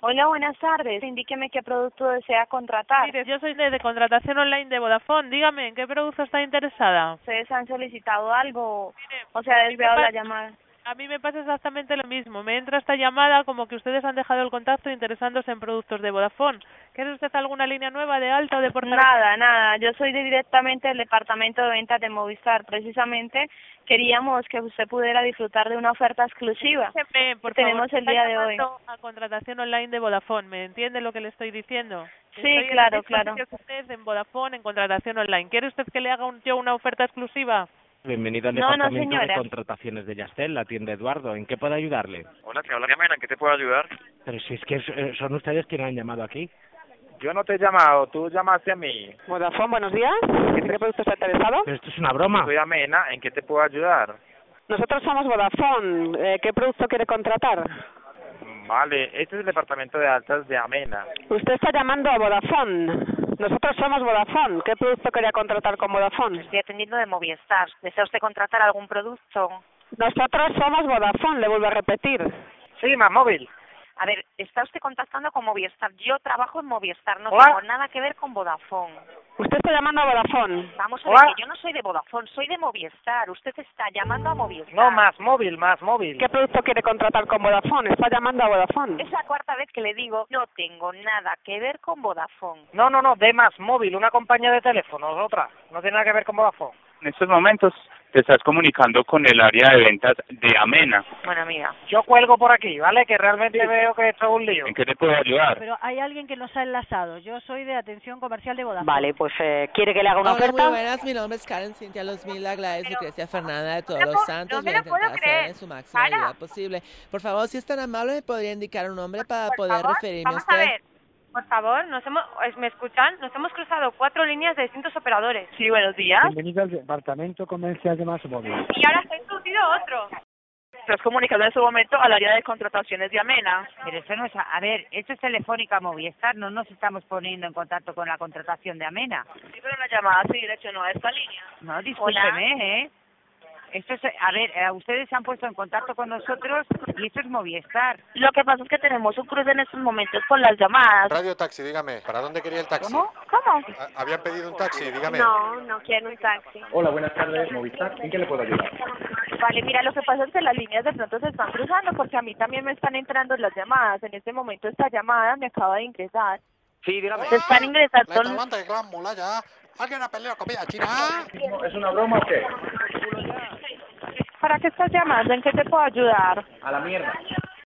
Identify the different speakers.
Speaker 1: Hola, buenas tardes. Indíqueme qué producto desea contratar.
Speaker 2: Mire, yo soy de contratación online de Vodafone. Dígame, ¿en qué producto está interesada?
Speaker 1: ¿Ustedes han solicitado algo?
Speaker 2: Mire,
Speaker 1: O sea, ha
Speaker 2: a mí me
Speaker 1: desviado la
Speaker 2: pasa-
Speaker 1: llamada.
Speaker 2: A mí me pasa exactamente lo mismo. Me entra esta llamada como que ustedes han dejado el contacto interesándose en productos de Vodafone. ¿Quiere usted alguna línea nueva de alta o de portal?
Speaker 1: Nada, nada. Yo soy de- directamente del departamento de ventas de Movistar. Precisamente queríamos que usted pudiera disfrutar de una oferta exclusiva.
Speaker 2: Déjeme, por
Speaker 1: Tenemos
Speaker 2: favor.
Speaker 1: el día
Speaker 2: Está
Speaker 1: de hoy.
Speaker 2: llamando A contratación online de Vodafone. ¿Me entiende lo que le estoy diciendo?
Speaker 1: Sí,
Speaker 2: Estoy en
Speaker 1: claro,
Speaker 2: el mismo
Speaker 1: claro.
Speaker 2: sitio que usted en Vodafone en contratación online. ¿Quiere usted que le haga un- yo una oferta exclusiva?
Speaker 3: Bienvenido al
Speaker 1: No, no,
Speaker 3: departamento de
Speaker 1: señora.
Speaker 3: contrataciones de Yastel, la tienda Eduardo. ¿En qué puedo ayudarle?
Speaker 4: Hola, te habla Yamela, ¿en qué te puedo ayudar?
Speaker 3: Pero si es que es- eh, son ustedes quienes han llamado aquí.
Speaker 4: Yo no te he llamado, tú llamaste a mí.
Speaker 5: Vodafone, buenos días. ¿En qué producto está interesado?
Speaker 3: Pero esto es una broma.
Speaker 4: Soy Amena, ¿en qué te puedo ayudar?
Speaker 5: Nosotros somos Vodafone. Eh, ¿Qué producto quiere contratar?
Speaker 4: Vale, este es el departamento de altas de Amena.
Speaker 5: Usted está llamando a Vodafone. Nosotros somos Vodafone. ¿Qué producto quería contratar con Vodafone?
Speaker 6: Estoy atendiendo de Movistar. ¿Desea usted contratar algún producto?
Speaker 5: Nosotros somos Vodafone, le vuelvo a repetir.
Speaker 4: Sí, más móvil.
Speaker 6: A ver, está usted contactando con Movistar. Yo trabajo en Movistar, no
Speaker 4: Hola.
Speaker 6: tengo nada que ver con Vodafone.
Speaker 5: Usted está llamando a Vodafone.
Speaker 6: Vamos a ver,
Speaker 4: Hola.
Speaker 6: que yo no soy de Vodafone, soy de Movistar. Usted está llamando a Movistar.
Speaker 4: No, más móvil, más móvil.
Speaker 5: ¿Qué producto quiere contratar con Vodafone? Está llamando a Vodafone.
Speaker 6: Es la cuarta vez que le digo, no tengo nada que ver con Vodafone.
Speaker 4: No, no, no, de más móvil, una compañía de teléfonos, otra. No tiene nada que ver con Vodafone.
Speaker 7: En estos momentos te estás comunicando con el área de ventas de Amena.
Speaker 6: Bueno, mira,
Speaker 4: Yo cuelgo por aquí, ¿vale? Que realmente veo que esto es un lío.
Speaker 7: ¿En qué te puedo ayudar?
Speaker 8: Pero hay alguien que nos ha enlazado. Yo soy de atención comercial de Vodafone.
Speaker 5: Vale, pues ¿quiere que le haga
Speaker 9: Hola, muy buenas. Mi nombre es Karen Cintia Los Mil. Agradezco a Grecia Fernanda de todos
Speaker 6: no me
Speaker 9: los
Speaker 6: lo-
Speaker 9: santos.
Speaker 6: no
Speaker 9: Voy
Speaker 6: me
Speaker 9: a
Speaker 6: lo puedo
Speaker 9: intentar hacer
Speaker 6: creer.
Speaker 9: en su máxima
Speaker 6: Sara.
Speaker 9: medida posible. Por favor, si es tan amable, me podría indicar un nombre para
Speaker 1: Por
Speaker 9: poder
Speaker 1: favor,
Speaker 9: referirme
Speaker 1: vamos
Speaker 9: a usted.
Speaker 1: a ver. Por favor, nos hemos, es- ¿me escuchan? Nos hemos cruzado cuatro líneas de distintos operadores. Sí, buenos días.
Speaker 3: Bienvenido al departamento comercial de Más Móvil.
Speaker 1: Y ahora se ha introducido otro.
Speaker 6: estás comunicando en su momento al área de contrataciones de Amena.
Speaker 10: Pero eso no es, a ver, esto es Telefónica Movistar, no nos estamos poniendo en contacto con la contratación de Amena.
Speaker 6: Sí, pero la llamada se direccionó a esta línea.
Speaker 10: No, discúlpeme, ¿eh? Esto es, a ver, eh, ustedes se han puesto en contacto con nosotros y esto es Movistar.
Speaker 6: Lo que pasa es que tenemos un cruce en estos momentos con las llamadas.
Speaker 11: Radio taxi, dígame, ¿para dónde quería el taxi?
Speaker 10: ¿Cómo?
Speaker 1: ¿Cómo?
Speaker 11: Ah, Habían pedido un taxi, dígame.
Speaker 1: No, no quiero un taxi.
Speaker 7: Hola, buenas tardes, Movistar. ¿En qué le puedo ayudar?
Speaker 1: Vale, mira, lo que pasa es que las líneas de pronto se están cruzando porque a mí también me están entrando las llamadas. En este momento esta llamada me acaba de ingresar.
Speaker 4: Sí, dígame.
Speaker 6: Se están ingresando.
Speaker 11: La talante de clan mula ya. ¿Alguien ha peleado con Villa China? ¿ah?
Speaker 7: ¿Es una broma o qué?
Speaker 1: ¿Para qué estás llamando? ¿En qué te puedo ayudar?
Speaker 7: A la mierda.